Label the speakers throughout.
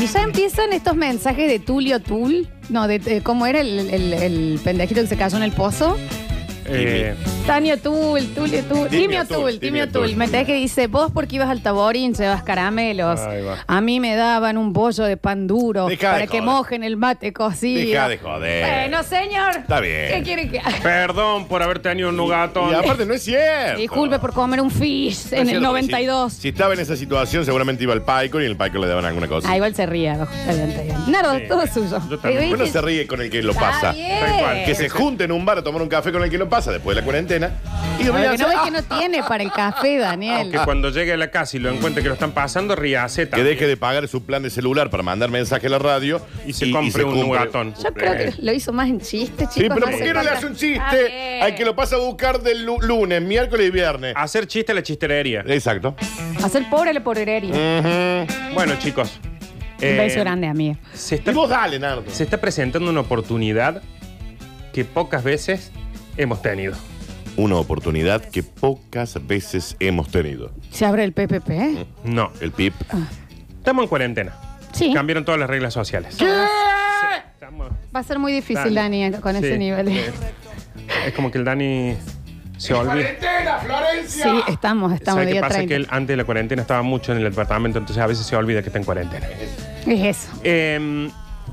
Speaker 1: Y ya empiezan estos mensajes de Tulio Tul. No, de, de cómo era el, el- el pendejito que se cayó en el pozo.
Speaker 2: Eh,
Speaker 1: Tania Tul, Tulio Tul, Timio Tul, Timio Tul. Me enteré que dice, vos porque ibas al Taborín, llevas caramelos.
Speaker 2: Ahí va.
Speaker 1: A mí me daban un bollo de pan duro
Speaker 3: Dejá de
Speaker 1: para que
Speaker 3: joder.
Speaker 1: mojen el mate cocido.
Speaker 3: Deja de joder.
Speaker 1: Bueno, señor.
Speaker 3: Está bien.
Speaker 1: ¿Qué quiere que haga?
Speaker 2: perdón por haber tenido un nugato.
Speaker 3: y aparte no es cierto.
Speaker 1: Disculpe por comer un fish en
Speaker 3: No es
Speaker 1: el
Speaker 3: cierto, porque
Speaker 1: 92.
Speaker 3: Si, si estaba en esa situación, seguramente iba al Paico y en el Paico le daban alguna cosa.
Speaker 1: Ah, igual se ríe. abajo. Está bien, está bien. Nardo,
Speaker 2: Sí,
Speaker 1: todo
Speaker 2: bueno,
Speaker 1: suyo.
Speaker 2: yo también.
Speaker 3: Uno se ríe con el que lo
Speaker 1: Está
Speaker 3: pasa.
Speaker 1: bien.
Speaker 2: Tal cual.
Speaker 3: Que se junte en un bar a tomar un café con el que lo pasa después de la cuarentena. Y
Speaker 1: Lo que
Speaker 3: ríanse.
Speaker 1: no ves
Speaker 3: Ah,
Speaker 1: que no tiene para el café, Daniel.
Speaker 2: Aunque cuando llegue a la casa y lo encuentre que lo están pasando, ríase
Speaker 3: que
Speaker 2: también.
Speaker 3: deje de pagar su plan de celular para mandar mensaje a la radio
Speaker 2: Y se compre un
Speaker 3: compre-
Speaker 2: nugatón.
Speaker 1: Yo creo que lo hizo más en chiste, chicos. Ah,
Speaker 3: Sí, pero
Speaker 1: no
Speaker 3: ¿por
Speaker 1: hace
Speaker 3: qué no le
Speaker 1: falta-
Speaker 3: hace un
Speaker 1: Está
Speaker 3: chiste
Speaker 1: bien.
Speaker 3: al que lo pasa a buscar del lu- lunes, miércoles y viernes?
Speaker 2: Hacer chiste a la chisterería.
Speaker 3: Exacto.
Speaker 1: eh, Hacer pobre la
Speaker 3: Eh,
Speaker 1: pobrería. Ah.
Speaker 3: Ujú.
Speaker 2: Bueno, chicos.
Speaker 1: Un
Speaker 2: eh,
Speaker 1: beso grande, amigo.
Speaker 2: Se está,
Speaker 3: Y vos dale, Nardo.
Speaker 2: se está presentando una oportunidad que pocas veces hemos tenido.
Speaker 3: Una oportunidad que pocas veces hemos tenido.
Speaker 1: ¿Se abre el PPP?
Speaker 2: No.
Speaker 3: El PIP.
Speaker 2: Estamos en cuarentena.
Speaker 1: Sí.
Speaker 2: Cambiaron todas las reglas sociales. Estamos-
Speaker 1: Va a ser muy difícil,
Speaker 2: Dani.
Speaker 1: Dani, con
Speaker 2: Sí,
Speaker 1: ese nivel.
Speaker 2: eh, Es como que el Dani se olvida.
Speaker 1: Sí, estamos, estamos
Speaker 2: ¿Sabe qué
Speaker 1: día
Speaker 2: pasa?
Speaker 1: 30.
Speaker 2: Que él antes de la cuarentena estaba mucho en el departamento, entonces a veces se olvida que está en cuarentena.
Speaker 1: Es eso.
Speaker 2: Em,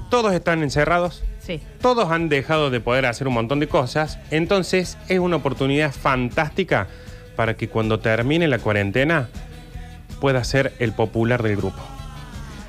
Speaker 2: todos están encerrados,
Speaker 1: Sí.
Speaker 2: todos han dejado de poder hacer un montón de cosas, entonces es una oportunidad fantástica para que cuando termine la cuarentena pueda ser el popular del grupo,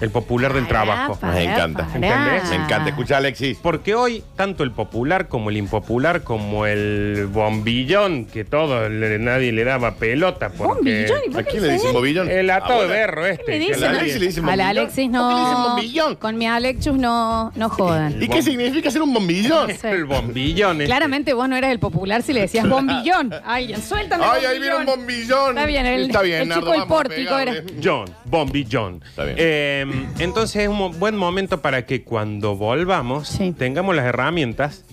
Speaker 2: el popular del trabajo.
Speaker 1: Pará,
Speaker 3: Me encanta.
Speaker 1: pará.
Speaker 2: ¿Entendés?
Speaker 3: Me encanta escuchar a Alexis.
Speaker 2: Porque hoy, tanto el popular como el impopular, como el bombillón, que todo le- nadie le daba pelota. Porque
Speaker 1: Bombillón, ¿y
Speaker 3: ¿A
Speaker 1: por qué
Speaker 3: quién le dicen bobillón?
Speaker 2: El atado de
Speaker 3: Ahora,
Speaker 2: berro este.
Speaker 1: ¿Qué le
Speaker 2: que
Speaker 1: dicen?
Speaker 3: A la
Speaker 2: nadie-
Speaker 3: Alexis le
Speaker 1: A
Speaker 3: dicen
Speaker 1: la
Speaker 3: bombillón.
Speaker 1: Alexis
Speaker 3: ¿Por qué le dicen
Speaker 1: no.
Speaker 3: bombillón?
Speaker 1: Con mi Alexus no, no jodan.
Speaker 3: ¿Y qué significa ser un bombillón?
Speaker 1: Sí.
Speaker 2: El bombillón. este.
Speaker 1: Claramente vos no eras el popular si le decías bombillón. Ay, suéltame.
Speaker 3: Ay, ahí viene un bombillón.
Speaker 1: Está bien, el-
Speaker 3: Está bien,
Speaker 1: el
Speaker 3: Nardo,
Speaker 1: chico del
Speaker 3: vamos a
Speaker 1: pórtico
Speaker 3: pegarle. Ah,
Speaker 1: era.
Speaker 2: John, bombillón.
Speaker 3: Está bien.
Speaker 2: Eh, entonces es un mo- buen momento para que cuando volvamos
Speaker 1: Sí.
Speaker 2: tengamos las herramientas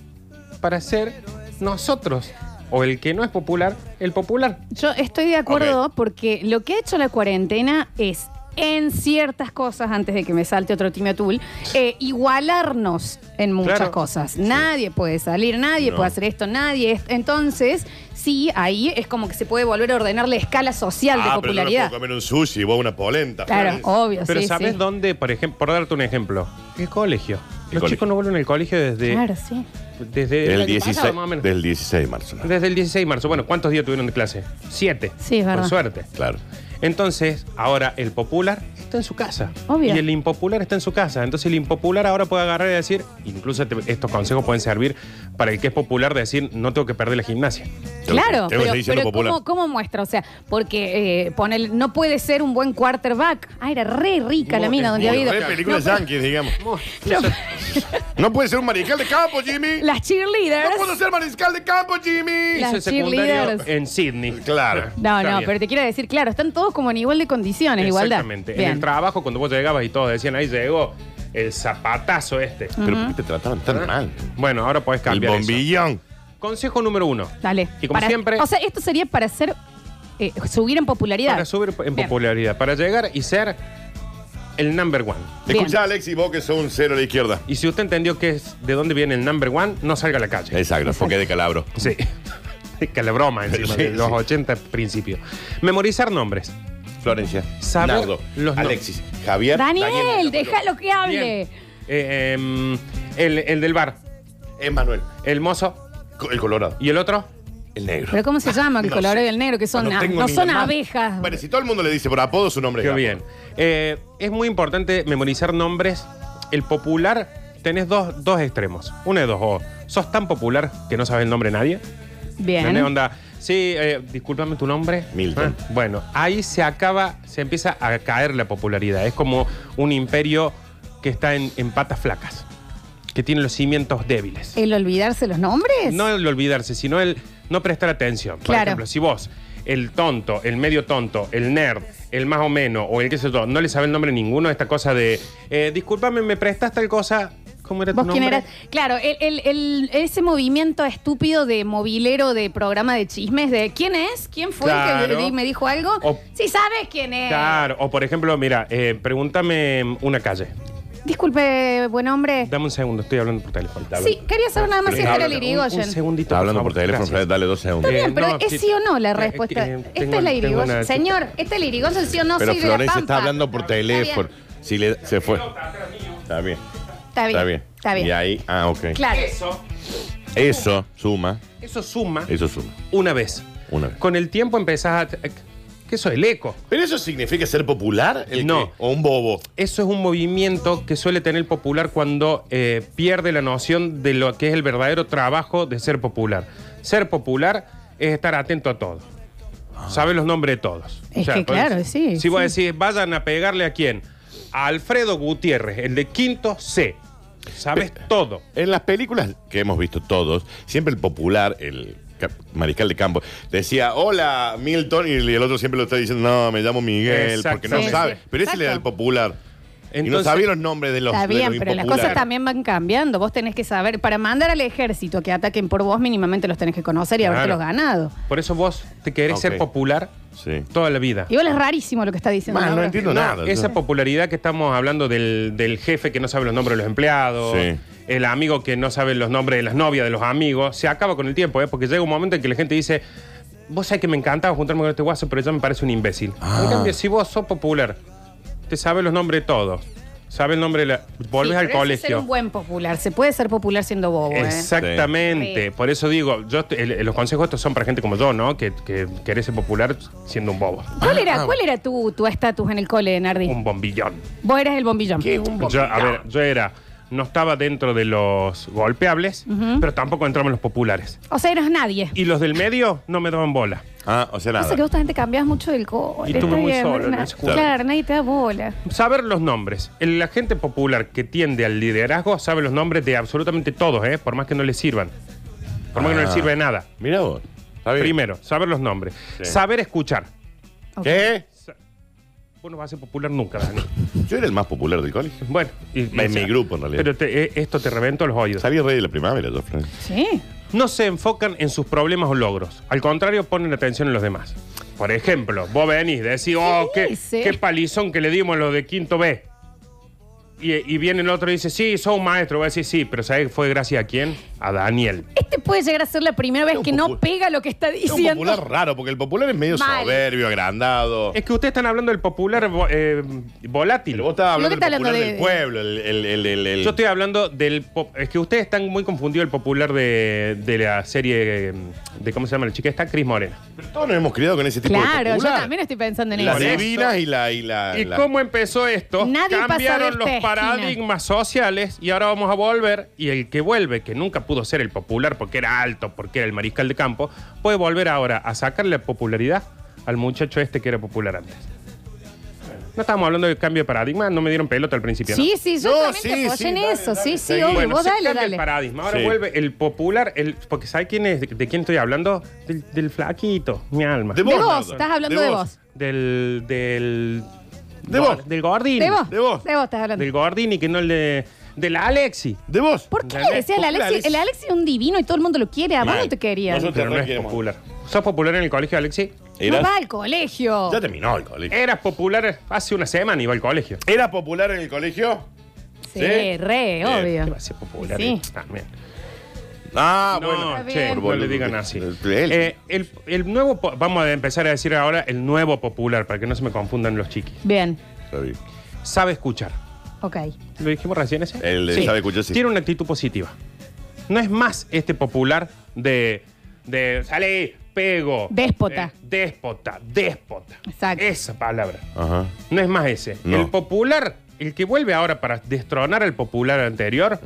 Speaker 2: para ser nosotros. O el que no es popular, el popular.
Speaker 1: Yo estoy de acuerdo porque lo que ha hecho la cuarentena es en ciertas cosas, antes de que me salte otro Timio Tool, eh, igualarnos en muchas
Speaker 2: Claro.
Speaker 1: cosas. Nadie puede salir, nadie
Speaker 3: No.
Speaker 1: puede hacer esto, nadie. es- Entonces, sí, ahí es como que se puede volver a ordenar la escala social de
Speaker 3: Ah, pero yo no
Speaker 1: popularidad.
Speaker 3: puedo comer un sushi, vos una polenta.
Speaker 1: claro,
Speaker 3: Florencia.
Speaker 1: obvio,
Speaker 2: Pero
Speaker 1: sí,
Speaker 2: ¿sabés
Speaker 1: sí.
Speaker 2: dónde, por ejemplo, por darte un ejemplo? El colegio.
Speaker 3: El
Speaker 2: Los
Speaker 3: colegio.
Speaker 2: chicos no vuelven al colegio desde,
Speaker 1: Claro, sí.
Speaker 2: desde
Speaker 3: Del
Speaker 2: año
Speaker 3: 16,
Speaker 2: pasado, más o menos.
Speaker 3: del 16 de marzo. ¿no?
Speaker 2: Desde el 16 de marzo. Bueno, ¿cuántos días tuvieron de clase? Siete.
Speaker 1: Sí, es verdad.
Speaker 2: Por suerte.
Speaker 3: Claro.
Speaker 2: Entonces, ahora el popular está en su casa.
Speaker 1: Obvio.
Speaker 2: Y el impopular está en su casa. Entonces, el impopular ahora puede agarrar y decir, incluso te- estos consejos pueden servir para el que es popular, decir, no tengo que perder la gimnasia.
Speaker 1: Claro,
Speaker 3: Tengo que
Speaker 1: pero,
Speaker 3: seguir siendo
Speaker 1: pero
Speaker 3: popular.
Speaker 1: ¿cómo, cómo muestra? O sea, porque eh, ponele- no puede ser un buen quarterback. Ah, era re rica la
Speaker 2: Muy-
Speaker 1: mina donde había
Speaker 3: Bueno,
Speaker 1: ido.
Speaker 3: re película
Speaker 1: No,
Speaker 3: yankees, digamos.
Speaker 1: pero- no,
Speaker 3: No puede ser un mariscal de campo, Jimmy.
Speaker 1: las cheerleaders.
Speaker 3: No puedo ser mariscal de campo, Jimmy.
Speaker 1: Las
Speaker 2: Hizo el secundario
Speaker 1: cheerleaders.
Speaker 2: en Sydney.
Speaker 3: Claro.
Speaker 1: No,
Speaker 2: Está
Speaker 1: no,
Speaker 2: bien.
Speaker 1: pero te quiero decir, claro, están todos como en igual de condiciones, igualdad.
Speaker 2: Exactamente. En el
Speaker 1: Bien.
Speaker 2: trabajo, cuando vos llegabas y todos decían, ahí llegó el zapatazo este.
Speaker 3: Pero ¿por qué te trataban tan mal?
Speaker 2: Bueno, ahora podés
Speaker 3: El
Speaker 2: cambiar Ah, eso.
Speaker 3: bombillón.
Speaker 2: Consejo número uno.
Speaker 1: Dale.
Speaker 2: Y como
Speaker 1: Para-
Speaker 2: siempre-
Speaker 1: O sea, esto sería para hacer eh, subir en popularidad.
Speaker 2: Para subir en
Speaker 1: Bien.
Speaker 2: popularidad, para llegar y ser el number one.
Speaker 1: Bien.
Speaker 3: Escucha, Alex, y vos que sos un cero a la izquierda.
Speaker 2: Y si usted entendió que es de dónde viene el number one, no salga a la calle.
Speaker 3: Exacto, porque de calabro.
Speaker 2: Sí. Calabroma encima
Speaker 3: Sí,
Speaker 2: de los
Speaker 3: sí.
Speaker 2: 80 principio. Memorizar nombres.
Speaker 3: Florencia.
Speaker 2: Saber
Speaker 3: Nardo.
Speaker 2: los nombres.
Speaker 3: Alexis. Javier.
Speaker 1: Daniel,
Speaker 3: Daniel,
Speaker 1: déjalo que hable.
Speaker 2: Bien. Eh, em, el, el del bar,
Speaker 3: Emanuel.
Speaker 2: el mozo
Speaker 3: Co- El colorado.
Speaker 2: y el otro.
Speaker 3: El negro.
Speaker 1: Pero ¿cómo se llama el
Speaker 3: No
Speaker 1: colorado
Speaker 3: sé.
Speaker 1: y el negro? Que son,
Speaker 3: No
Speaker 1: a-
Speaker 3: tengo
Speaker 1: no
Speaker 3: ni
Speaker 1: son
Speaker 3: la más-
Speaker 1: abejas.
Speaker 3: Bueno, si todo el mundo le dice por apodo su nombre.
Speaker 2: Qué
Speaker 3: es
Speaker 2: bien. Eh, es muy importante memorizar nombres. El popular, tenés dos, dos extremos. Uno de dos. O sos tan popular que no sabes el nombre de nadie. ¿Entendés?
Speaker 1: Bien.
Speaker 2: Onda, sí, eh, discúlpame tu nombre.
Speaker 3: Milton.
Speaker 2: Ah, bueno, ahí se acaba, se empieza a caer la popularidad. Es como un imperio que está en, en patas flacas, que tiene los cimientos débiles.
Speaker 1: ¿El olvidarse los nombres?
Speaker 2: No el olvidarse, sino el no prestar atención. Por
Speaker 1: Claro.
Speaker 2: ejemplo, si vos, el tonto, el medio tonto, el nerd, el más o menos, o el que sé yo, no le sabe el nombre a ninguno, esta cosa de, eh, discúlpame, me prestas tal cosa, ¿cómo era tu
Speaker 1: ¿Vos
Speaker 2: nombre?
Speaker 1: quién eras? Claro, el, el- el- ese movimiento estúpido de movilero de programa de chismes de quién es, quién fue el que
Speaker 2: Claro.
Speaker 1: di- me dijo algo.
Speaker 2: O-
Speaker 1: sí, sabes quién es.
Speaker 2: Claro, o por ejemplo, mira, eh, pregúntame una calle.
Speaker 1: Disculpe, buen hombre.
Speaker 2: Dame un segundo, estoy hablando por teléfono.
Speaker 1: Sí, quería saber nada más si
Speaker 2: Está
Speaker 1: este era el
Speaker 2: hablando- un- Un,
Speaker 1: Irigoyen.
Speaker 2: segundito.
Speaker 3: Está hablando
Speaker 2: favor.
Speaker 3: por teléfono,
Speaker 2: Gracias.
Speaker 3: Fred, dale dos segundos.
Speaker 2: Bien.
Speaker 1: Bien, pero
Speaker 2: no,
Speaker 1: ¿es sí o no la
Speaker 2: eh,
Speaker 1: respuesta?
Speaker 2: eh, tengo-
Speaker 1: esta es la
Speaker 2: tengo
Speaker 1: Irigoyen.
Speaker 2: una-
Speaker 1: Señor, esta es la Irigoyen, sí o no,
Speaker 3: Pero
Speaker 1: soy de la
Speaker 3: Florencia
Speaker 1: Pampa.
Speaker 3: está hablando por teléfono. Si le, se fue. Está bien.
Speaker 1: Está bien,
Speaker 3: Está bien.
Speaker 1: está bien.
Speaker 3: Y ahí, ah, ok.
Speaker 1: Claro.
Speaker 2: Eso,
Speaker 3: Eso suma,
Speaker 2: eso suma
Speaker 3: eso suma.
Speaker 2: una vez.
Speaker 3: Una vez.
Speaker 2: Con el tiempo empezás a... ¿Qué soy? El eco.
Speaker 3: ¿Pero eso significa ser popular? ¿El
Speaker 2: No.
Speaker 3: qué? ¿O un bobo?
Speaker 2: Eso es un movimiento que suele tener el popular cuando eh, pierde la noción de lo que es el verdadero trabajo de ser popular. Ser popular es estar atento a todo. Sabe los nombres de todos. pues,
Speaker 1: Es que claro, sí,
Speaker 2: Si vos decís, vayan a pegarle a quién. A Alfredo Gutiérrez, el de quinto C. Sabes todo.
Speaker 3: En las películas que hemos visto todos, siempre el popular, el ca- mariscal de campo, decía, hola Milton, y el otro siempre lo está diciendo, no, me llamo Miguel, porque no
Speaker 2: Exactamente.
Speaker 1: Sí,
Speaker 3: sabe.
Speaker 1: sí.
Speaker 3: Pero ese le era el
Speaker 1: Exacto.
Speaker 3: popular. y no
Speaker 2: Entonces-
Speaker 3: sabía los nombres de los
Speaker 1: Está
Speaker 3: de los
Speaker 1: bien, pero las
Speaker 3: impopulares.
Speaker 1: cosas también van cambiando. Vos tenés que saber, para mandar al ejército que ataquen por vos, mínimamente los tenés que conocer y
Speaker 2: Claro.
Speaker 1: habértelos ganado.
Speaker 2: Por eso vos te querés
Speaker 3: Ok.
Speaker 2: ser popular
Speaker 3: Sí.
Speaker 2: toda la vida.
Speaker 1: Igual es rarísimo lo que está diciendo.
Speaker 3: Más, no
Speaker 1: ahora.
Speaker 3: entiendo nada.
Speaker 2: Esa
Speaker 3: yo.
Speaker 2: popularidad que estamos hablando del, del jefe que no sabe los nombres de los empleados,
Speaker 3: Sí.
Speaker 2: el amigo que no sabe los nombres de las novias, de los amigos, se acaba con el tiempo, ¿eh? porque llega un momento en que la gente dice, vos sabés que me encantaba juntarme con este guaso, pero ya me parece un imbécil.
Speaker 3: Ah.
Speaker 2: En cambio, si vos sos popular, te sabes los nombres de todos, sabes el nombre de la... Volvés
Speaker 1: Sí,
Speaker 2: al
Speaker 1: pero eso es ser
Speaker 2: colegio.
Speaker 1: un buen popular. Se puede ser popular siendo bobo, ¿eh?
Speaker 2: Exactamente,
Speaker 1: Sí.
Speaker 2: por eso digo, yo el- los consejos estos son para gente como yo, ¿no? Que, que querés ser popular siendo un bobo,
Speaker 1: ¿Cuál
Speaker 3: Ah.
Speaker 1: era, cuál era tu tu estatus en el cole, Nardi?
Speaker 2: un bombillón.
Speaker 1: Vos eras el bombillón.
Speaker 3: ¿Qué es un
Speaker 2: Yo,
Speaker 3: popular?
Speaker 2: a ver, yo era, no estaba dentro de los golpeables, pero tampoco entramos los populares.
Speaker 1: O sea, eras nadie.
Speaker 2: Y los del medio no me daban bola.
Speaker 3: Ah, o sea,
Speaker 1: Pasa que
Speaker 3: nada.
Speaker 1: vos también te cambias mucho del cole.
Speaker 2: Y estuve
Speaker 1: está
Speaker 2: muy
Speaker 1: bien,
Speaker 2: solo
Speaker 1: no es
Speaker 2: en
Speaker 1: nada.
Speaker 2: esa escuela.
Speaker 1: Claro, nadie te da bola.
Speaker 2: Saber los nombres. El- La gente popular que tiende al liderazgo sabe los nombres de absolutamente todos, ¿eh? por más que no le sirvan. Por más que no le
Speaker 3: Ah.
Speaker 2: sirva de nada.
Speaker 3: Mira vos. Está bien.
Speaker 2: Primero, saber los nombres.
Speaker 3: Sí.
Speaker 2: Saber escuchar.
Speaker 1: Ok.
Speaker 3: ¿Qué?
Speaker 2: Vos no vas a ser popular nunca, Dani.
Speaker 3: Yo era el más popular del colegio.
Speaker 2: Bueno, y- y-
Speaker 3: En mi grupo, en realidad.
Speaker 2: Pero te- eh, esto te reventó los oídos.
Speaker 3: Salí rey de la primavera, yo, Florencia.
Speaker 1: Sí.
Speaker 2: no se enfocan en sus problemas o logros. Al contrario, ponen atención en los demás. Por ejemplo, vos venís, decís, oh,
Speaker 1: ¿Qué
Speaker 2: qué,
Speaker 1: dice?
Speaker 2: qué palizón que le dimos a los de quinto B. Y, y viene el otro y dice, sí, sos un maestro. Vos decís, sí, pero ¿sabés que fue gracias a quién? A Daniel.
Speaker 1: Este puede llegar a ser la primera vez
Speaker 3: un
Speaker 1: que no
Speaker 3: popu-
Speaker 1: pega lo que está
Speaker 3: Es un
Speaker 1: diciendo.
Speaker 3: popular raro, porque el popular es medio
Speaker 1: Mal.
Speaker 3: soberbio, agrandado.
Speaker 2: Es que ustedes están hablando del popular vo- eh, volátil.
Speaker 3: Pero vos estabas
Speaker 1: Lo que
Speaker 3: hablando,
Speaker 1: está
Speaker 3: del popular
Speaker 1: hablando de-
Speaker 3: del pueblo, el, el, el, el- el-
Speaker 2: Yo estoy hablando del... pop- es que ustedes están muy confundidos el popular de, de la serie... eh, de ¿Cómo se llama la chica? Está Cris Morena.
Speaker 3: Pero todos nos hemos criado con ese tipo de
Speaker 1: Claro, yo
Speaker 3: popular.
Speaker 1: también estoy pensando en
Speaker 3: Las
Speaker 1: eso.
Speaker 2: Por
Speaker 3: divinas y la... Y, la,
Speaker 2: ¿Y
Speaker 3: la-
Speaker 2: cómo empezó esto?
Speaker 1: Nadie pasó de
Speaker 2: Cambiaron
Speaker 1: esta
Speaker 2: los
Speaker 1: esquina.
Speaker 2: paradigmas sociales y ahora vamos a volver. Y el que vuelve, que nunca pudo ser el popular porque era alto, porque era el mariscal de campo, puede volver ahora a sacarle la popularidad al muchacho este que era popular antes. No estábamos hablando del cambio de paradigma, no me dieron pelota al principio. ¿no?
Speaker 1: Sí, sí, yo
Speaker 3: No,
Speaker 1: también
Speaker 3: sí,
Speaker 1: te apoyo
Speaker 3: sí,
Speaker 1: en
Speaker 3: dale,
Speaker 1: eso.
Speaker 3: dale,
Speaker 1: sí, sí,
Speaker 3: seguí.
Speaker 1: obvio.
Speaker 2: Bueno,
Speaker 1: vos
Speaker 2: se
Speaker 1: dale,
Speaker 2: cambia el
Speaker 1: dale.
Speaker 2: paradigma. Ahora
Speaker 3: Sí.
Speaker 2: vuelve el popular, el, porque ¿sabes quién es, de, de quién estoy hablando? Del, del flaquito, mi alma.
Speaker 3: De
Speaker 1: De vos,
Speaker 3: Nardo.
Speaker 1: estás hablando de vos.
Speaker 2: del. del.
Speaker 3: De
Speaker 2: gor-
Speaker 3: vos.
Speaker 2: Del Gordini.
Speaker 1: De vos.
Speaker 3: De vos.
Speaker 1: De vos estás hablando.
Speaker 2: Del Gordini, que no el de. De la Alexi.
Speaker 3: De vos.
Speaker 1: ¿Por qué
Speaker 2: de
Speaker 1: le
Speaker 2: Alex-
Speaker 1: decías al
Speaker 2: popular,
Speaker 1: Alexi?
Speaker 2: Alex.
Speaker 1: El Alexi es un divino y todo el mundo lo quiere. A vos
Speaker 3: Mal.
Speaker 1: no te querían.
Speaker 3: Nosotros-
Speaker 2: Pero no es
Speaker 3: queremos.
Speaker 2: popular. ¿Sos popular en el colegio, Alexi?
Speaker 1: No
Speaker 3: Eras-
Speaker 1: va al colegio.
Speaker 3: Ya terminó el colegio.
Speaker 2: Eras popular hace una semana, iba al colegio.
Speaker 3: ¿Era popular en el colegio?
Speaker 1: Sí,
Speaker 3: ¿Sí?
Speaker 1: re,
Speaker 3: Bien.
Speaker 1: obvio.
Speaker 2: ¿Qué va a ser popular?
Speaker 1: Sí.
Speaker 2: También.
Speaker 3: Ah,
Speaker 2: no,
Speaker 3: bueno.
Speaker 1: Está
Speaker 2: che,
Speaker 1: bien.
Speaker 2: no le digan así.
Speaker 3: Él.
Speaker 2: Eh, el, el nuevo, po- vamos a empezar a decir ahora el nuevo popular, para que no se me confundan los chiquis.
Speaker 1: Bien,
Speaker 3: Está bien.
Speaker 2: Sabe escuchar.
Speaker 1: ok.
Speaker 2: ¿Lo dijimos recién ese?
Speaker 3: El de sabe escuchar, sí.
Speaker 2: Tiene una actitud positiva. No es más este popular de. de salí, pego.
Speaker 1: Déspota.
Speaker 2: Eh, déspota, déspota.
Speaker 1: Exacto.
Speaker 2: Esa palabra.
Speaker 3: Ajá.
Speaker 2: No es más ese.
Speaker 3: No.
Speaker 2: El popular, el que vuelve ahora para destronar al popular anterior,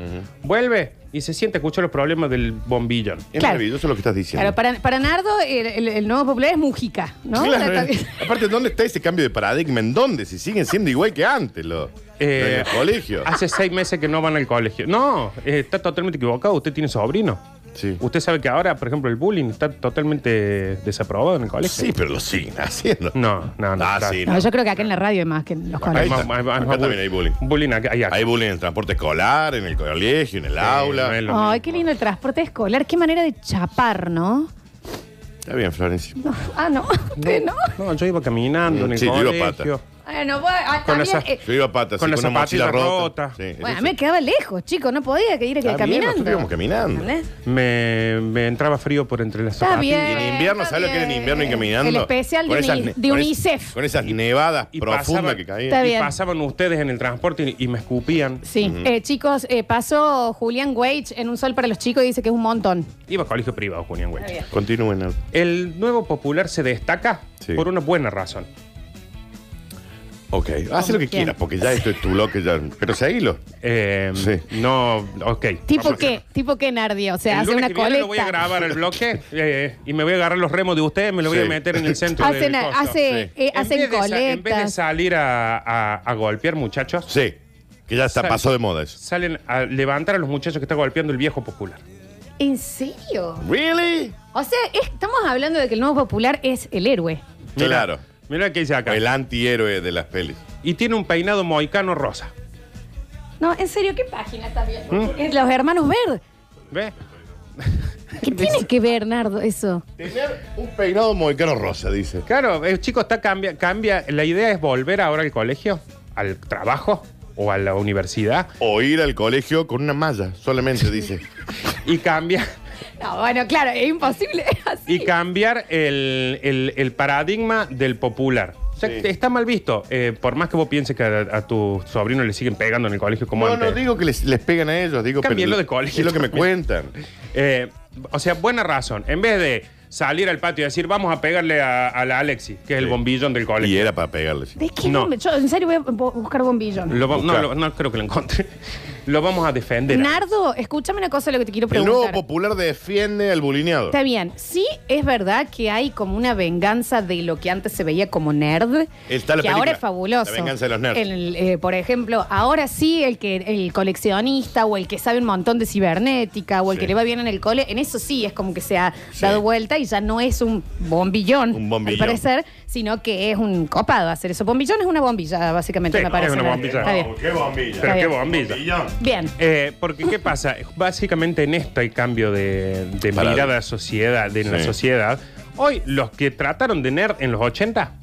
Speaker 2: vuelve y se siente a escuchar los problemas del bombillón.
Speaker 3: Es
Speaker 1: Claro.
Speaker 3: maravilloso lo que estás diciendo.
Speaker 1: Claro, para, para Nardo, el, el- el nuevo popular es Mujica, ¿no?
Speaker 3: Claro. ¿eh?
Speaker 1: Está bien.
Speaker 3: Aparte, ¿dónde está ese cambio de paradigma? ¿En dónde? Si siguen siendo igual que antes los
Speaker 2: Eh,
Speaker 3: en el colegio.
Speaker 2: Hace seis meses que no van al colegio. No, eh, está totalmente equivocado. Usted tiene sobrino.
Speaker 3: Sí.
Speaker 2: Usted sabe que ahora, por ejemplo, el bullying está totalmente desaprobado en el colegio.
Speaker 3: Sí, pero lo siguen haciendo.
Speaker 2: No, no, no.
Speaker 3: Ah,
Speaker 2: está-
Speaker 3: sí,
Speaker 1: No, yo creo que acá en la radio es más que en los
Speaker 2: Hay
Speaker 1: colegios.
Speaker 2: más-
Speaker 3: está.
Speaker 2: hay más-
Speaker 3: Acá
Speaker 2: más
Speaker 3: también hay bullying.
Speaker 2: Bullying acá, hay acá.
Speaker 3: Hay bullying en el transporte escolar, en el colegio, en el
Speaker 2: Eh, no
Speaker 3: aula.
Speaker 2: es lo
Speaker 1: Ay,
Speaker 2: mismo.
Speaker 1: qué lindo el transporte escolar. Qué manera de chapar, ¿no?
Speaker 3: Está bien, Florencia.
Speaker 1: No, Ah, no. Usted no.
Speaker 2: No, yo iba caminando en el
Speaker 3: Mm, Sí, yo iba a
Speaker 2: colegio.
Speaker 1: Bueno, bueno, ah,
Speaker 2: Con
Speaker 1: también,
Speaker 2: esa-
Speaker 1: eh,
Speaker 3: Yo iba a patas,
Speaker 2: Con
Speaker 3: sí,
Speaker 2: la
Speaker 3: una mochila
Speaker 2: zapatilla
Speaker 3: rota.
Speaker 2: rota.
Speaker 3: Sí, eso
Speaker 1: bueno,
Speaker 3: sí.
Speaker 1: me quedaba lejos, chicos, no podía que ir que
Speaker 3: Está bien,
Speaker 1: caminando.
Speaker 3: nosotros íbamos caminando.
Speaker 1: ¿Entendés?
Speaker 2: Me, me entraba frío por entre las
Speaker 1: Está
Speaker 2: zapatillas.
Speaker 1: bien.
Speaker 3: Y en invierno,
Speaker 1: está
Speaker 3: ¿sabes lo que era en
Speaker 1: bien.
Speaker 3: invierno y caminando?
Speaker 1: El especial de
Speaker 3: Con
Speaker 1: Uni-
Speaker 3: esas ne-
Speaker 1: de
Speaker 3: con es-
Speaker 1: UNICEF.
Speaker 3: Con esas nevadas
Speaker 2: Y
Speaker 3: profundas
Speaker 2: pasaban-
Speaker 3: que
Speaker 1: Está
Speaker 3: caían.
Speaker 2: Y
Speaker 1: bien.
Speaker 2: pasaban ustedes en el transporte y, y me escupían.
Speaker 1: Sí, Eh, chicos, eh, pasó Julián Wage en un sol para los chicos y dice que es un montón.
Speaker 2: Iba a colegio privado, Julián Güey.
Speaker 1: Está bien.
Speaker 3: Continúen. Al...
Speaker 2: El nuevo popular se destaca
Speaker 3: Sí.
Speaker 2: por una buena razón.
Speaker 3: Ok, haz lo que
Speaker 1: quién?
Speaker 3: quieras, porque ya esto es tu bloque. Ya... Pero seguilo.
Speaker 2: Eh,
Speaker 3: Sí.
Speaker 2: No, ok.
Speaker 1: ¿Tipo qué? ¿Tipo qué, Nardi? O sea,
Speaker 2: el
Speaker 1: hace
Speaker 2: lunes
Speaker 1: una
Speaker 2: que viene
Speaker 1: colecta.
Speaker 2: lo voy a grabar el bloque eh, y me voy a agarrar los remos de ustedes, me lo voy
Speaker 3: Sí.
Speaker 2: a meter en el centro
Speaker 1: Hacen,
Speaker 2: del coso.
Speaker 1: hace,
Speaker 3: Sí.
Speaker 1: eh,
Speaker 2: En
Speaker 1: hacen
Speaker 2: vez de sa- En vez de
Speaker 1: colectas.
Speaker 2: salir a, a- a golpear muchachos,
Speaker 3: Sí, que ya está,
Speaker 2: Sal-
Speaker 3: pasó de moda eso.
Speaker 2: salen a levantar a los muchachos que está golpeando el viejo popular.
Speaker 1: ¿En serio?
Speaker 3: ¿Really?
Speaker 1: O sea, es- estamos hablando de que el nuevo popular es el héroe.
Speaker 2: Mira,
Speaker 3: Claro.
Speaker 2: Mira que dice acá.
Speaker 3: El antihéroe de las pelis.
Speaker 2: Y tiene un peinado moicano rosa.
Speaker 1: No, en serio, ¿qué página está viendo? Es Los hermanos Ver.
Speaker 2: ¿Ves?
Speaker 1: ¿Qué tiene que ver, Nardo, eso?
Speaker 3: Tener un peinado moicano rosa, dice.
Speaker 2: Claro, el chico está cambia, cambia. La idea es volver ahora al colegio, al trabajo o a la universidad
Speaker 3: O ir al colegio con una malla, solamente dice.
Speaker 2: y cambia
Speaker 1: No, bueno, claro, es imposible. es así.
Speaker 2: y cambiar el, el- el paradigma del popular. O sea,
Speaker 3: Sí.
Speaker 2: que está mal visto. eh, por más que vos pienses que a, a tu sobrino le siguen pegando en el colegio como
Speaker 3: No,
Speaker 2: antes.
Speaker 3: no digo que les, les pegan a ellos, digo
Speaker 2: Cámbienlo de
Speaker 3: pero
Speaker 2: colegio
Speaker 3: es lo que me
Speaker 2: también.
Speaker 3: cuentan.
Speaker 2: Eh, o sea, buena razón. En vez de salir al patio y decir, vamos a pegarle a, a la Alexi, que es el
Speaker 3: Sí.
Speaker 2: bombillón del
Speaker 3: Y
Speaker 2: colegio.
Speaker 3: era para pegarles. sí.
Speaker 1: ¿De qué
Speaker 2: No.
Speaker 1: nombre? Yo en serio voy a bu- buscar bombillón.
Speaker 2: Lo va- no,
Speaker 3: Busca.
Speaker 2: lo- no creo que lo encuentre. Lo vamos a defender.
Speaker 1: Nardo, escúchame una cosa de lo que te quiero
Speaker 3: El
Speaker 1: preguntar.
Speaker 3: nuevo popular defiende al bulineado.
Speaker 1: Está bien, sí es verdad que hay como una venganza de lo que antes se veía como nerd,
Speaker 3: Está la
Speaker 1: que
Speaker 3: película,
Speaker 1: ahora es fabuloso.
Speaker 3: La venganza de los nerds.
Speaker 1: El, eh, por ejemplo, ahora sí el que el coleccionista o el que sabe un montón de cibernética o el
Speaker 3: Sí.
Speaker 1: que le va bien en el cole, en eso sí es como que se ha
Speaker 3: Sí.
Speaker 1: dado vuelta y ya no es un bombillón,
Speaker 3: Un bombillón.
Speaker 1: al parecer, sino que es un copado hacer eso. Bombillón es una bombilla, básicamente,
Speaker 2: Sí,
Speaker 1: me parece.
Speaker 2: es una
Speaker 1: ¿no?
Speaker 2: bombilla.
Speaker 1: Está bien.
Speaker 3: qué bombilla.
Speaker 1: Está
Speaker 2: Pero qué
Speaker 1: bien.
Speaker 2: bombilla.
Speaker 1: Bien.
Speaker 2: Eh, porque qué pasa, básicamente en esto hay cambio de, de
Speaker 3: Parado.
Speaker 2: mirada de la sociedad, de la
Speaker 3: Sí.
Speaker 2: sociedad. Hoy los que trataron de nerd en los 80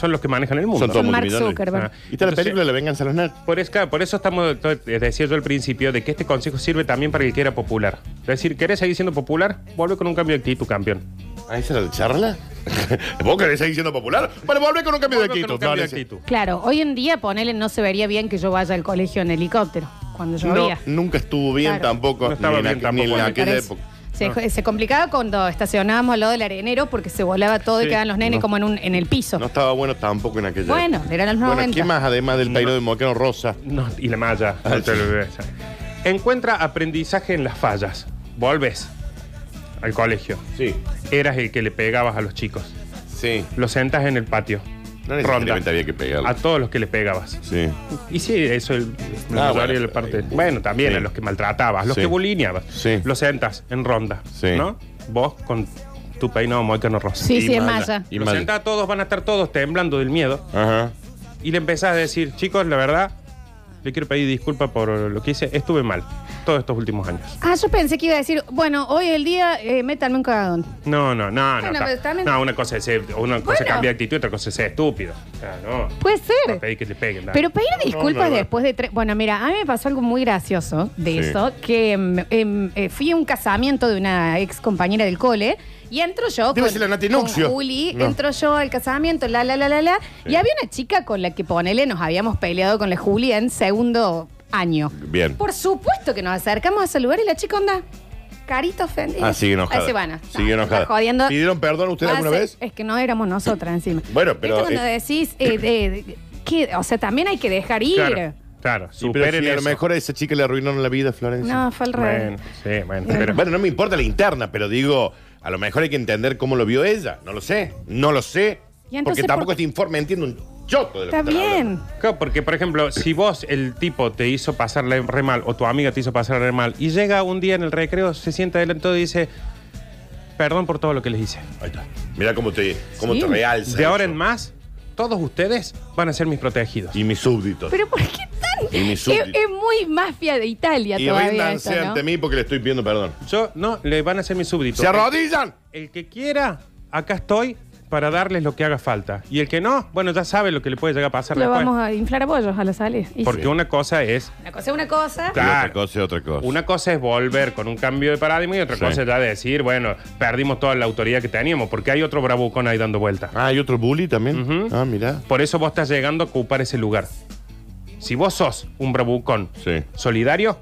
Speaker 2: son los que manejan el mundo.
Speaker 3: Son todos
Speaker 1: Mark
Speaker 3: multimillonarios.
Speaker 1: Zuckerberg.
Speaker 2: Ah.
Speaker 3: Y está la
Speaker 2: Entonces,
Speaker 3: película de La venganza de los nerds.
Speaker 2: Por, eso, claro, por eso estamos, to- eh, decía yo al principio, de que este consejo sirve también para el que era popular. Es decir, ¿querés seguir siendo popular? Vuelve con un cambio de actitud, campeón.
Speaker 3: ¿Ah, esa era la charla? ¿Vos querés seguir siendo popular? Bueno, volvé con un cambio de
Speaker 2: Vuelve con
Speaker 3: actitud.
Speaker 2: un cambio de
Speaker 3: No,
Speaker 2: actitud.
Speaker 1: Claro, hoy en día, ponele, no se vería bien que yo vaya al colegio en helicóptero, cuando yo
Speaker 3: No, nunca estuvo bien
Speaker 1: Claro.
Speaker 3: tampoco.
Speaker 2: No estaba
Speaker 3: ni en
Speaker 2: bien
Speaker 3: aqu-
Speaker 2: tampoco,
Speaker 3: Ni en
Speaker 2: me
Speaker 3: aquella
Speaker 1: parece.
Speaker 3: época.
Speaker 1: Se, se complicaba cuando estacionábamos al lado del arenero porque se volaba todo y
Speaker 2: Sí,
Speaker 1: quedaban los nenes
Speaker 3: no.
Speaker 1: como en, un, en el piso.
Speaker 3: No estaba bueno tampoco en aquella
Speaker 1: Bueno,
Speaker 3: época.
Speaker 1: eran los
Speaker 3: Bueno,
Speaker 1: 90.
Speaker 3: ¿qué más además del peinado de Moqueno Rosa?
Speaker 2: No, y la malla.
Speaker 3: Ah,
Speaker 2: No te
Speaker 3: sí.
Speaker 2: olvides. Encuentra aprendizaje en las fallas. Volves al colegio.
Speaker 3: Sí.
Speaker 2: Eras el que le pegabas a los chicos.
Speaker 3: Sí.
Speaker 2: Los sentas en el patio.
Speaker 3: No
Speaker 2: Ronda.
Speaker 3: necesariamente había que
Speaker 2: A
Speaker 3: pegarlo.
Speaker 2: todos los que le pegabas.
Speaker 3: Sí.
Speaker 2: Y Ah, sí, eso es la mayoría
Speaker 3: Ah, bueno,
Speaker 2: de la
Speaker 3: está
Speaker 2: parte.
Speaker 3: bien.
Speaker 2: Bueno, también
Speaker 3: Sí.
Speaker 2: a los que maltratabas, los
Speaker 3: Sí.
Speaker 2: que bulineabas.
Speaker 3: Sí.
Speaker 2: Los sentas en ronda.
Speaker 3: Sí.
Speaker 2: ¿No? Vos con tu peinado moicano rosa.
Speaker 1: sí,
Speaker 3: y
Speaker 1: sí, es
Speaker 3: mala.
Speaker 1: malla.
Speaker 3: Y
Speaker 2: los
Speaker 3: mal.
Speaker 2: sentas a todos, van a estar todos temblando del miedo.
Speaker 3: Ajá.
Speaker 2: Y le empezás a decir, chicos, la verdad, le quiero pedir disculpas por lo que hice. Estuve mal todos estos últimos años.
Speaker 1: Ah, yo pensé que iba a decir, bueno, hoy el día, eh, métanme un cagadón.
Speaker 2: No, no, no,
Speaker 1: Bueno,
Speaker 2: no.
Speaker 1: pero
Speaker 2: ta-
Speaker 1: también-
Speaker 2: No, una cosa es ser, una cosa
Speaker 1: Bueno.
Speaker 2: es cambiar de actitud, otra cosa es ser estúpido. O sea, no.
Speaker 1: Puede ser.
Speaker 2: No pedí que te peguen. dale.
Speaker 1: Pero pedir disculpas
Speaker 3: no, no.
Speaker 1: después de tres. Bueno, mira, a mí me pasó algo muy gracioso de
Speaker 3: Sí.
Speaker 1: eso, que mm, em, eh, fui a un casamiento de una ex compañera del cole y entro yo
Speaker 3: Debe ser la Nati
Speaker 1: con
Speaker 3: Nuccio.
Speaker 1: Juli,
Speaker 3: No.
Speaker 1: entro yo al casamiento, la, la, la, la, la, y había una chica con la que ponele, nos habíamos peleado con la Juli en segundo año.
Speaker 3: Bien.
Speaker 1: Por supuesto que nos acercamos a saludar y la chica onda. Carita ofendida.
Speaker 3: Ah, sigue enojada.
Speaker 1: Ahí se van. No,
Speaker 3: Sigue
Speaker 1: me está
Speaker 3: enojada.
Speaker 1: jodiendo.
Speaker 3: ¿Pidieron perdón ustedes alguna
Speaker 1: Ah, sí.
Speaker 3: vez?
Speaker 1: Es que no éramos nosotras encima.
Speaker 3: Bueno, pero,
Speaker 1: ¿Viste cuando
Speaker 3: eh,
Speaker 1: decís, eh, de- de- que, o sea, también hay que dejar ir.
Speaker 2: Claro, claro.
Speaker 3: Sí, pero
Speaker 2: Superen
Speaker 3: sí, a lo
Speaker 2: eso.
Speaker 3: mejor a esa chica le arruinaron la vida, Florencia.
Speaker 1: No, fue al
Speaker 2: Bueno,
Speaker 1: revés.
Speaker 2: sí, bueno,
Speaker 1: Bien.
Speaker 2: pero-
Speaker 3: Bueno, no me importa la interna, pero digo, a lo mejor hay que entender cómo lo vio ella. No lo sé, no lo sé.
Speaker 1: Y entonces,
Speaker 3: porque tampoco
Speaker 1: ¿por-
Speaker 3: este informe entiendo un choco de lo que
Speaker 1: Está
Speaker 3: están
Speaker 1: bien.
Speaker 3: hablando.
Speaker 2: Claro, porque por ejemplo, si vos el tipo te hizo pasarle re mal o tu amiga te hizo pasarle re mal y llega un día en el recreo, se sienta delante y dice, perdón por todo lo que les hice.
Speaker 3: Ahí está. Mira cómo te, cómo
Speaker 1: Sí.
Speaker 3: te realza.
Speaker 2: De ahora
Speaker 3: eso.
Speaker 2: en más, todos ustedes van a ser mis protegidos.
Speaker 3: Y mis súbditos.
Speaker 1: Pero ¿por qué tan.?
Speaker 3: Y mi
Speaker 1: Es,
Speaker 3: súbdito.
Speaker 1: es muy mafia de Italia
Speaker 3: y
Speaker 1: todavía. esto,
Speaker 3: ríndanse
Speaker 1: ¿no?
Speaker 3: ante mí porque le estoy pidiendo perdón.
Speaker 2: Yo no, le van a ser mis súbditos.
Speaker 3: ¡Se arrodillan!
Speaker 2: El que quiera, acá estoy para darles lo que haga falta. Y el que no, bueno, ya sabe lo que le puede llegar a pasar
Speaker 1: Lo
Speaker 2: después.
Speaker 1: vamos a inflar a bollos a la salida. Y
Speaker 2: Porque
Speaker 1: sí.
Speaker 2: una cosa es.
Speaker 1: Una cosa es una cosa.
Speaker 2: Claro.
Speaker 3: otra cosa es otra cosa.
Speaker 2: Una cosa es volver con un cambio de paradigma y otra
Speaker 3: Pues. Sí.
Speaker 2: cosa es ya decir, bueno, perdimos toda la autoridad que teníamos, porque hay otro bravucón ahí dando vueltas.
Speaker 3: Ah, hay otro bully también.
Speaker 2: Ujú.
Speaker 3: Ah, mirá.
Speaker 2: Por eso vos estás llegando a ocupar ese lugar. Si vos sos un bravucón
Speaker 3: Sí.
Speaker 2: solidario,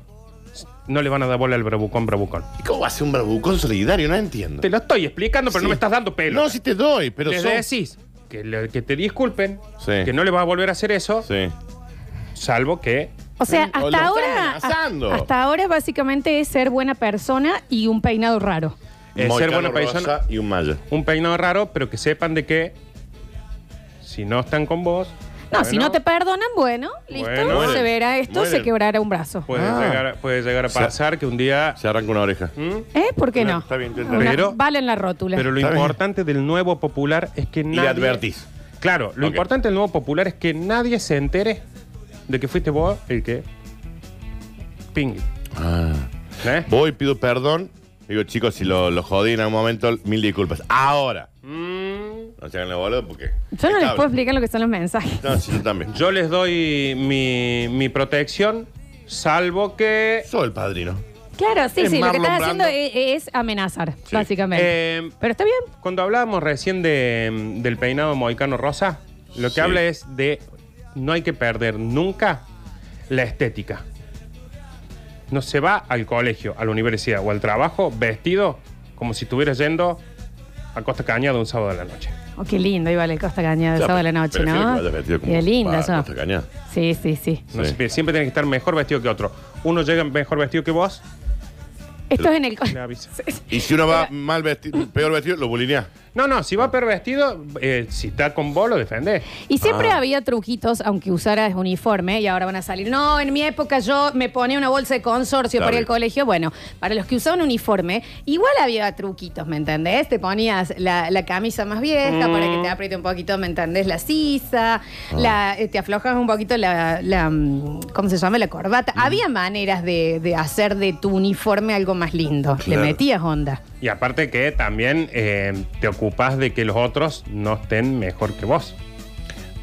Speaker 2: no le van a dar bola al bravucón bravucón.
Speaker 3: ¿Y cómo va a ser un bravucón solidario? No entiendo.
Speaker 2: Te lo estoy explicando, pero
Speaker 3: Sí.
Speaker 2: no me estás dando pelo.
Speaker 3: No, sí te doy, pero
Speaker 2: Les
Speaker 3: son-
Speaker 2: decís que, le- que te disculpen,
Speaker 3: Sí.
Speaker 2: que no le vas a volver a hacer eso,
Speaker 3: Sí.
Speaker 2: salvo que
Speaker 1: O sea,
Speaker 3: O lo
Speaker 1: hasta ahora.
Speaker 3: están asando.
Speaker 1: Hasta ahora básicamente es ser buena persona y un peinado raro.
Speaker 2: eh, ser
Speaker 3: Moicano
Speaker 2: buena persona.
Speaker 3: rosa y un maya.
Speaker 2: Un peinado raro, pero que sepan de que si no están con vos.
Speaker 1: No,
Speaker 2: bueno,
Speaker 1: si no te perdonan, bueno, listo,
Speaker 2: Bueno.
Speaker 1: se verá esto,
Speaker 3: Mueren.
Speaker 1: se quebrará un brazo.
Speaker 2: Puede,
Speaker 3: Ah.
Speaker 2: llegar, puede llegar a
Speaker 3: sea-
Speaker 2: pasar que un día.
Speaker 3: Se arranca una oreja.
Speaker 2: Mm,
Speaker 1: ¿Eh? ¿Por qué
Speaker 3: No,
Speaker 1: no?
Speaker 3: está bien, está bien.
Speaker 1: Una-
Speaker 2: Pero-
Speaker 1: valen la rótula.
Speaker 2: Pero lo
Speaker 3: Está bien.
Speaker 2: importante del nuevo popular es que
Speaker 3: Y
Speaker 2: nadie.
Speaker 3: le advertís.
Speaker 2: Claro, lo
Speaker 3: Ok.
Speaker 2: importante del nuevo popular es que nadie se entere de que fuiste vos el que. Ping.
Speaker 3: Ah.
Speaker 2: ¿Eh?
Speaker 3: Voy, pido perdón. Digo, chicos, si lo, lo jodí en algún momento, mil disculpas. Ahora.
Speaker 2: Mm.
Speaker 3: No se hagan los boludos porque.
Speaker 1: yo no les
Speaker 3: Estable.
Speaker 1: puedo explicar lo que son los mensajes.
Speaker 3: No, sí, yo también.
Speaker 2: Yo les doy mi, mi protección, salvo que.
Speaker 3: Soy el padrino.
Speaker 1: Claro, sí,
Speaker 3: Es
Speaker 1: sí, lo que
Speaker 3: Marlon
Speaker 1: estás
Speaker 3: Brando.
Speaker 1: haciendo es, es amenazar,
Speaker 3: Sí.
Speaker 1: básicamente.
Speaker 2: Eh,
Speaker 1: Pero está bien.
Speaker 2: Cuando hablábamos recién de, del peinado moicano rosa, lo que
Speaker 3: Sí.
Speaker 2: habla es de no hay que perder nunca la estética. No se va al colegio, a la universidad o al trabajo vestido como si estuviera yendo a Costa Cañada un sábado de la noche.
Speaker 1: Oh, qué lindo iba el Costa Cañada el
Speaker 3: Ya,
Speaker 1: sábado a la
Speaker 3: pero-
Speaker 1: noche,
Speaker 3: prefiero que
Speaker 1: ¿no?
Speaker 3: vayas vestido como
Speaker 1: Qué
Speaker 3: un
Speaker 1: linda
Speaker 3: padre,
Speaker 1: eso.
Speaker 3: Costa Cañada.
Speaker 1: Sí, sí, sí.
Speaker 2: No
Speaker 3: Sí.
Speaker 2: se- siempre tiene que estar mejor vestido que otro. Uno llega mejor vestido que vos,
Speaker 1: Esto es en el.
Speaker 2: le avisa.
Speaker 3: Y si uno va mal vestido, peor vestido, lo bulineás.
Speaker 2: No, no, si va peor vestido, eh, si está con vos, lo defendés.
Speaker 1: Y
Speaker 3: Ah.
Speaker 1: siempre había truquitos, aunque usaras uniforme, y ahora van a salir. No, en mi época yo me ponía una bolsa de consorcio
Speaker 3: Está
Speaker 1: para
Speaker 3: bien.
Speaker 1: el colegio. Bueno, para los que usaban uniforme, igual había truquitos, ¿me entendés? Te ponías la, la camisa más vieja para que te
Speaker 3: Mm.
Speaker 1: apriete un poquito, ¿me entendés? La
Speaker 3: Ah.
Speaker 1: sisa, la, eh, te aflojas un poquito la, la, mm, ¿cómo se llama? La corbata.
Speaker 3: Mm.
Speaker 1: Había maneras de, de hacer de tu uniforme algo más lindo.
Speaker 3: Claro.
Speaker 1: Le metías onda.
Speaker 2: Y aparte que también eh, te ocupás de que los otros no estén mejor que vos.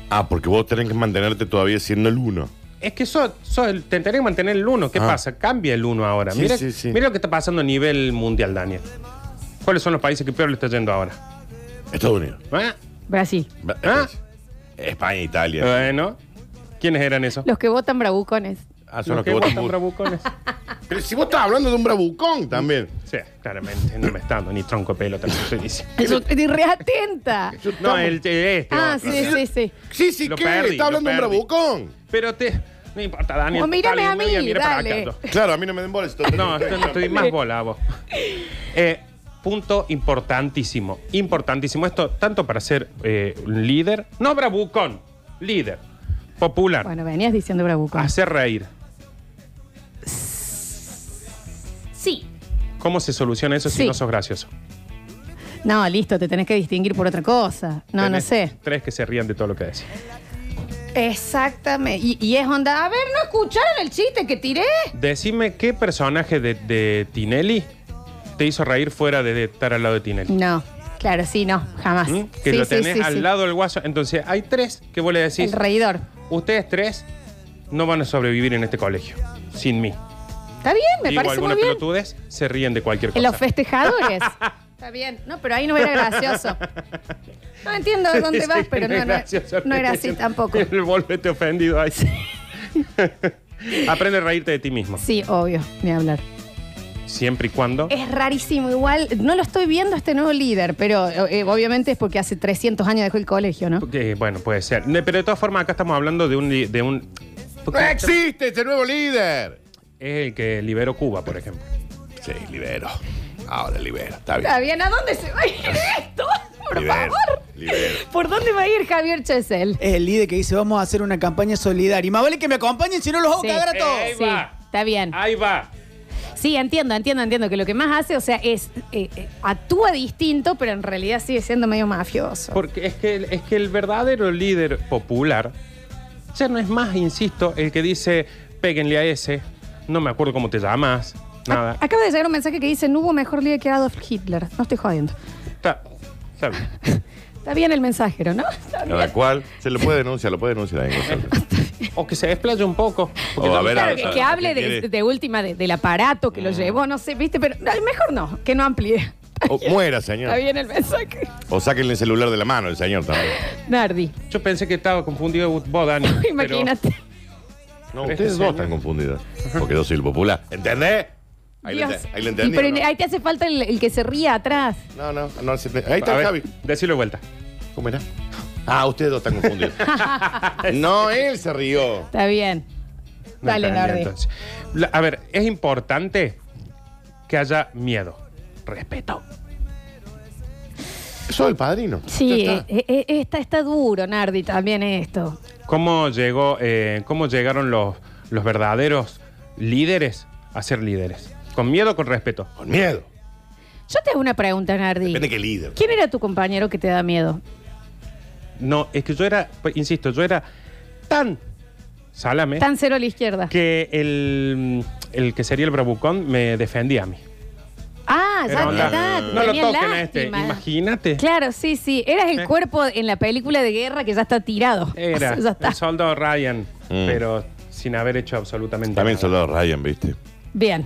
Speaker 3: Ah, porque vos tenés que mantenerte todavía siendo el uno.
Speaker 2: Es que sos, sos el- te tenés que mantener el 1. ¿Qué
Speaker 3: Ah.
Speaker 2: pasa? Cambia el 1 ahora.
Speaker 3: Sí,
Speaker 2: mira,
Speaker 3: sí, sí.
Speaker 2: mira lo que está pasando a nivel mundial, Daniel. ¿Cuáles son los países que peor le está yendo ahora?
Speaker 3: Estados Unidos.
Speaker 2: ¿Ah?
Speaker 1: Brasil.
Speaker 3: Va-
Speaker 2: ¿Ah? Eh,
Speaker 3: España, Italia.
Speaker 2: Bueno, ¿quiénes eran esos?
Speaker 1: Los que votan bravucones.
Speaker 3: Ah,
Speaker 2: Los
Speaker 3: son los que votan mucho.
Speaker 2: bravucones.
Speaker 3: Pero si vos estás hablando de un bravucón también.
Speaker 2: sí, claramente, no me está dando ni tronco de pelota, como se dice.
Speaker 1: Eso, reatenta.
Speaker 2: No, el eh, este.
Speaker 1: Ah,
Speaker 2: otro.
Speaker 1: sí, sí, sí.
Speaker 3: Sí, sí,
Speaker 2: Lo
Speaker 3: ¿qué?
Speaker 2: perdí,
Speaker 3: está hablando
Speaker 2: lo
Speaker 3: de un
Speaker 2: perdí.
Speaker 3: bravucón.
Speaker 2: Pero te. No importa, Daniel.
Speaker 1: O mírame
Speaker 2: dale,
Speaker 1: a mí,
Speaker 2: mira, mira para
Speaker 1: dale.
Speaker 2: acá, yo.
Speaker 3: Claro, a mí no me den bola. si estoy-
Speaker 2: No, esto no estoy más bola a vos. Eh, punto importantísimo, importantísimo. Esto tanto para ser eh, un líder, no bravucón, líder, popular,
Speaker 1: Bueno, venías diciendo bravucón.
Speaker 2: hacer reír.
Speaker 1: Sí.
Speaker 2: ¿Cómo se soluciona eso si
Speaker 1: Sí.
Speaker 2: no sos gracioso?
Speaker 1: No, listo, te tenés que distinguir por otra cosa. No,
Speaker 2: Tenés
Speaker 1: no sé.
Speaker 2: Tres que se rían de todo lo que decís.
Speaker 1: Exactamente. Y, y es onda. A ver, ¿no escucharon el chiste que tiré?
Speaker 2: Decime qué personaje de, de Tinelli te hizo reír fuera de, de estar al lado de Tinelli.
Speaker 1: No, claro, sí, no, jamás.
Speaker 2: ¿Mm? Que
Speaker 1: Sí,
Speaker 2: lo
Speaker 1: sí,
Speaker 2: tenés
Speaker 1: sí,
Speaker 2: al
Speaker 1: sí.
Speaker 2: lado del guaso. Entonces, hay tres que vos le decís.
Speaker 1: El reidor.
Speaker 2: Ustedes tres no van a sobrevivir en este colegio sin mí.
Speaker 1: Está bien, me
Speaker 2: Digo
Speaker 1: parece muy
Speaker 2: alguna
Speaker 1: bien.
Speaker 2: pelotudez, se ríen de cualquier
Speaker 1: En
Speaker 2: cosa.
Speaker 1: los festejadores. Está bien. No, pero ahí no era gracioso. No entiendo de dónde
Speaker 2: Sí,
Speaker 1: vas, pero no,
Speaker 2: es
Speaker 1: no-
Speaker 2: gracioso.
Speaker 1: no era así tampoco.
Speaker 2: El volvete ofendido ahí. Aprende a reírte de ti mismo.
Speaker 1: Sí, obvio, ni hablar.
Speaker 2: Siempre y cuando.
Speaker 1: Es rarísimo, igual no lo estoy viendo a este nuevo líder, pero eh, obviamente es porque hace 300 años dejó el colegio, ¿no?
Speaker 2: Porque, bueno, puede ser. Ne- Pero de todas formas, acá estamos hablando de un. li- De un
Speaker 3: ¡No existe ese nuevo líder!
Speaker 2: es el que liberó Cuba, por ejemplo.
Speaker 3: Sí, libero. Ahora libero. Está bien.
Speaker 1: Está bien, ¿a dónde se va a ir esto? Por
Speaker 3: Libero,
Speaker 1: favor.
Speaker 3: libero.
Speaker 1: ¿Por dónde va a ir Javier Chesel?
Speaker 4: Es el líder que dice vamos a hacer una campaña solidaria. Y más vale que me acompañen, si no los hago
Speaker 1: Sí. Eh,
Speaker 4: cagar a todos.
Speaker 2: Ahí
Speaker 1: Sí,
Speaker 2: va. Ah.
Speaker 1: está bien.
Speaker 2: Ahí va.
Speaker 1: Sí, entiendo, entiendo, entiendo que lo que más hace, o sea, es eh, eh, actúa distinto, pero en realidad sigue siendo medio mafioso.
Speaker 2: Porque es que, es que el verdadero líder popular ya no es más, insisto, el que dice péguenle a ese, no me acuerdo cómo te llamas, nada.
Speaker 1: A- Acaba de llegar un ah. mensaje que dice, no hubo mejor líder que Adolf Hitler. No estoy jodiendo.
Speaker 2: Está, está bien.
Speaker 1: Está bien el mensajero, ¿no? Está bien.
Speaker 3: Cada cual se lo puede denunciar, lo puede denunciar ahí en González.
Speaker 2: O que se desplaye un poco. porque
Speaker 3: O a
Speaker 2: tam-
Speaker 3: ver,
Speaker 1: Claro, que, que hable
Speaker 3: ¿qué
Speaker 1: de,
Speaker 3: quiere? Mm.
Speaker 1: de última, de- del aparato que lo llevó, no sé, ¿viste? Pero ay, mejor no, que no amplíe.
Speaker 3: O muera,
Speaker 1: Está
Speaker 3: señor.
Speaker 1: bien el mensaje.
Speaker 3: O sáquenle el celular de la mano el señor también.
Speaker 1: Nardi,
Speaker 2: Yo pensé que estaba confundido vos, Dani.
Speaker 1: imagínate.
Speaker 2: Pero
Speaker 3: No, ustedes
Speaker 2: este
Speaker 3: dos
Speaker 2: señor-
Speaker 3: están confundidas. Porque yo soy el popular. ¿Entendés? Ahí lo
Speaker 1: Dios.
Speaker 3: ent- ahí lo
Speaker 1: Y
Speaker 3: entendí.
Speaker 1: pero
Speaker 3: ¿o no?
Speaker 1: ahí te hace falta el, el que se ría atrás.
Speaker 3: No, no, no, se te- Ahí
Speaker 2: Pero,
Speaker 3: está
Speaker 2: a
Speaker 3: el
Speaker 2: ver,
Speaker 3: Javi.
Speaker 2: decilo de vuelta.
Speaker 3: ¿Cómo era? Ah, ustedes dos están confundidos. no, él se rió.
Speaker 1: Está bien.
Speaker 2: No
Speaker 1: Dale,
Speaker 2: entendí,
Speaker 1: Nardi.
Speaker 2: entonces. La- a ver, es importante que haya miedo. Respeto.
Speaker 3: Soy el padrino.
Speaker 1: Sí,
Speaker 3: Ya está.
Speaker 1: eh, eh, está, está duro, Nardi, también esto.
Speaker 2: ¿Cómo, llegó, eh, cómo llegaron los, los verdaderos líderes a ser líderes? Con miedo, con respeto.
Speaker 3: Con miedo.
Speaker 1: Yo te hago una pregunta, Nardi.
Speaker 3: Depende qué líder.
Speaker 1: ¿Quién era tu compañero que te da miedo?
Speaker 2: No, es que yo era, pues, insisto, yo era tan
Speaker 3: ¿Eh?
Speaker 2: salame
Speaker 1: Tan cero a la izquierda.
Speaker 2: que el, el que sería el bravucón me defendía a mí.
Speaker 1: Ah, ya
Speaker 2: Era
Speaker 1: te
Speaker 2: onda,
Speaker 1: está.
Speaker 2: no lo
Speaker 1: tenía
Speaker 2: toquen a este,
Speaker 1: lástima.
Speaker 2: imagínate.
Speaker 1: Claro, sí, sí. Eras el
Speaker 2: Sí.
Speaker 1: cuerpo en la película de guerra que ya está tirado.
Speaker 2: Era
Speaker 1: ya está.
Speaker 2: el soldado Ryan,
Speaker 3: Mm.
Speaker 2: pero sin haber hecho absolutamente
Speaker 3: También
Speaker 2: nada.
Speaker 3: soldado Ryan, ¿viste?
Speaker 1: Bien.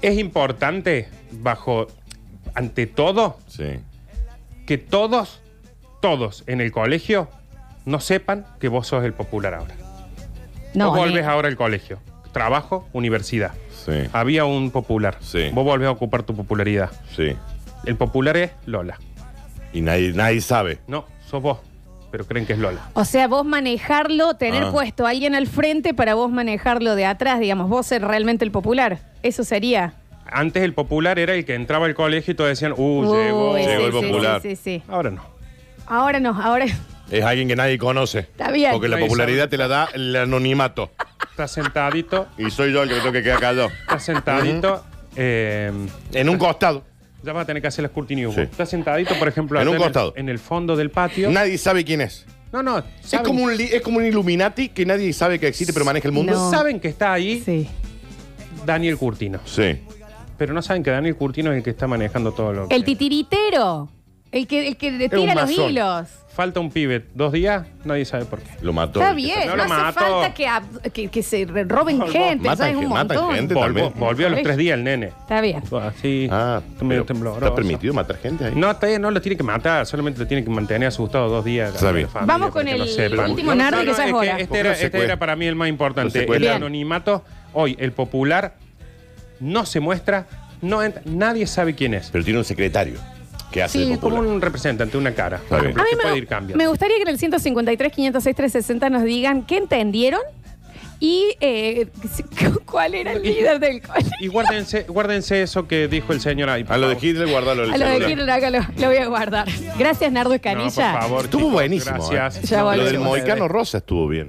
Speaker 2: Es importante, bajo, ante todo,
Speaker 3: Sí.
Speaker 2: que todos, todos en el colegio no sepan que vos sos el popular ahora.
Speaker 1: No,
Speaker 2: vos volvés
Speaker 1: eh,
Speaker 2: ahora al colegio. Trabajo, universidad.
Speaker 3: Sí.
Speaker 2: Había un popular.
Speaker 3: Sí.
Speaker 2: Vos volvés a ocupar tu popularidad.
Speaker 3: Sí.
Speaker 2: El popular es Lola.
Speaker 3: Y nadie, nadie sabe.
Speaker 2: No, sos vos, pero creen que es Lola.
Speaker 1: O sea, vos manejarlo, tener
Speaker 3: Ah.
Speaker 1: puesto a alguien al frente para vos manejarlo de atrás, digamos, vos ser realmente el popular. Eso sería.
Speaker 2: Antes el popular era el que entraba al colegio y todos decían, uh, llegó.
Speaker 1: Uy, sí,
Speaker 3: llegó el
Speaker 1: sí,
Speaker 3: popular.
Speaker 1: Sí, sí, sí.
Speaker 2: Ahora no.
Speaker 1: Ahora no, ahora.
Speaker 3: Es alguien que nadie conoce.
Speaker 1: Está bien.
Speaker 3: Porque la
Speaker 2: Nadie
Speaker 3: popularidad te la da el anonimato.
Speaker 2: Estás sentadito,
Speaker 3: Y soy yo el que me tengo que quedar callado.
Speaker 2: estás sentadito. eh,
Speaker 3: En un costado.
Speaker 2: ya vas a tener que hacer las Curti News.
Speaker 3: Sí.
Speaker 2: Estás sentadito, por ejemplo,
Speaker 3: En
Speaker 2: allá
Speaker 3: un costado.
Speaker 2: el, en el fondo del patio.
Speaker 3: Nadie sabe quién es.
Speaker 2: no, no.
Speaker 3: Es
Speaker 2: saben-
Speaker 3: como, un, li- es como un Illuminati que nadie sabe que existe pero maneja el mundo.
Speaker 1: No.
Speaker 2: Saben que está ahí
Speaker 1: Sí.
Speaker 2: Daniel Curtino.
Speaker 3: Sí.
Speaker 2: Pero no saben que Daniel Curtino es el que está manejando todo lo que...
Speaker 1: El titiritero. El que, el que
Speaker 3: un
Speaker 1: tira los
Speaker 3: masón.
Speaker 1: hilos.
Speaker 2: Falta un pibe dos días, nadie sabe por qué.
Speaker 3: Lo mató.
Speaker 1: Está bien,
Speaker 2: No
Speaker 1: no,
Speaker 2: lo
Speaker 1: hace
Speaker 2: mato.
Speaker 1: falta que, ab- que, que se re- roben
Speaker 2: Matan
Speaker 1: gente,
Speaker 3: Matan
Speaker 1: ¿sabes? Un
Speaker 3: gente, matan
Speaker 1: montón.
Speaker 3: gente
Speaker 2: Volvó-
Speaker 3: también.
Speaker 2: volvió a los tres días el nene.
Speaker 1: Está bien.
Speaker 2: Así,
Speaker 3: Ah,
Speaker 2: medio
Speaker 3: pero
Speaker 2: tembloroso.
Speaker 3: ¿Está permitido matar gente ahí?
Speaker 2: No, está bien, no lo tiene que matar, solamente lo tiene que mantener asustado dos días.
Speaker 3: Está
Speaker 2: la-
Speaker 3: bien.
Speaker 2: la familia,
Speaker 1: Vamos
Speaker 2: para
Speaker 1: con
Speaker 2: que lo
Speaker 1: el
Speaker 2: sepan.
Speaker 1: último nardo, que ya es
Speaker 2: es
Speaker 1: hora.
Speaker 2: Este
Speaker 3: ¿Por qué
Speaker 2: era,
Speaker 3: lo
Speaker 2: este
Speaker 3: secuestran?
Speaker 2: era para mí el más
Speaker 3: Lo
Speaker 2: importante. El
Speaker 3: secuestran.
Speaker 2: anonimato, hoy el popular no se muestra, no entra- nadie sabe quién es.
Speaker 3: Pero tiene un secretario que hace de
Speaker 2: Sí, como
Speaker 3: popular.
Speaker 2: un representante, una cara.
Speaker 3: Está bien.
Speaker 1: A
Speaker 2: Pero
Speaker 1: mí
Speaker 2: se
Speaker 1: me,
Speaker 2: puede ir cambiando.
Speaker 1: me gustaría que en el 153, 506, 360 nos digan qué entendieron y eh, cuál era el líder del colegio.
Speaker 2: Y guárdense, guárdense eso que dijo el señor ahí. por
Speaker 3: A Ah, lo de
Speaker 2: favor.
Speaker 3: Hitler, guardalo. en
Speaker 1: A
Speaker 3: el
Speaker 1: lo de
Speaker 3: celular.
Speaker 1: Kirchner acá lo, lo voy a guardar. Gracias, Nardo
Speaker 2: No, por
Speaker 1: Escanilla.
Speaker 2: favor,
Speaker 3: Estuvo
Speaker 2: chicos,
Speaker 3: buenísimo,
Speaker 2: Gracias.
Speaker 1: ¿eh? Ya
Speaker 2: No,
Speaker 1: volvemos.
Speaker 3: Lo del
Speaker 1: Buenísimo.
Speaker 3: Moicano Rosa estuvo bien.